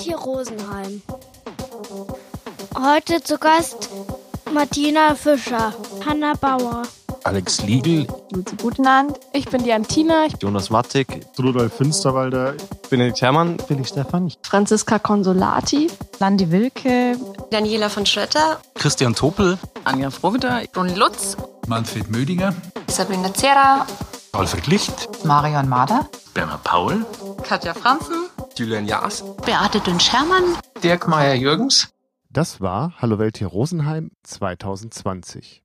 hier Rosenheim. Heute zu Gast Martina Fischer, Hanna Bauer. Alex Liegel, Luzi Gutenand. Ich bin die Antina. Ich Jonas Mattig, Rudolf Finsterwalder. Benedikt Hermann, Felix Stefan, Franziska Consolati. Landi Wilke, Daniela von Schrötter, Christian Topel, Anja Frohwitter, Ron Lutz, Manfred Mödinger, Sabrina Zera, Alfred Licht, Marion Mader, Bernhard Paul, Katja Franzen, Julian Jaas, Beate Dünn-Schermann, Dirk Meyer-Jürgens. Das war Hallo Welt hier Rosenheim 2020.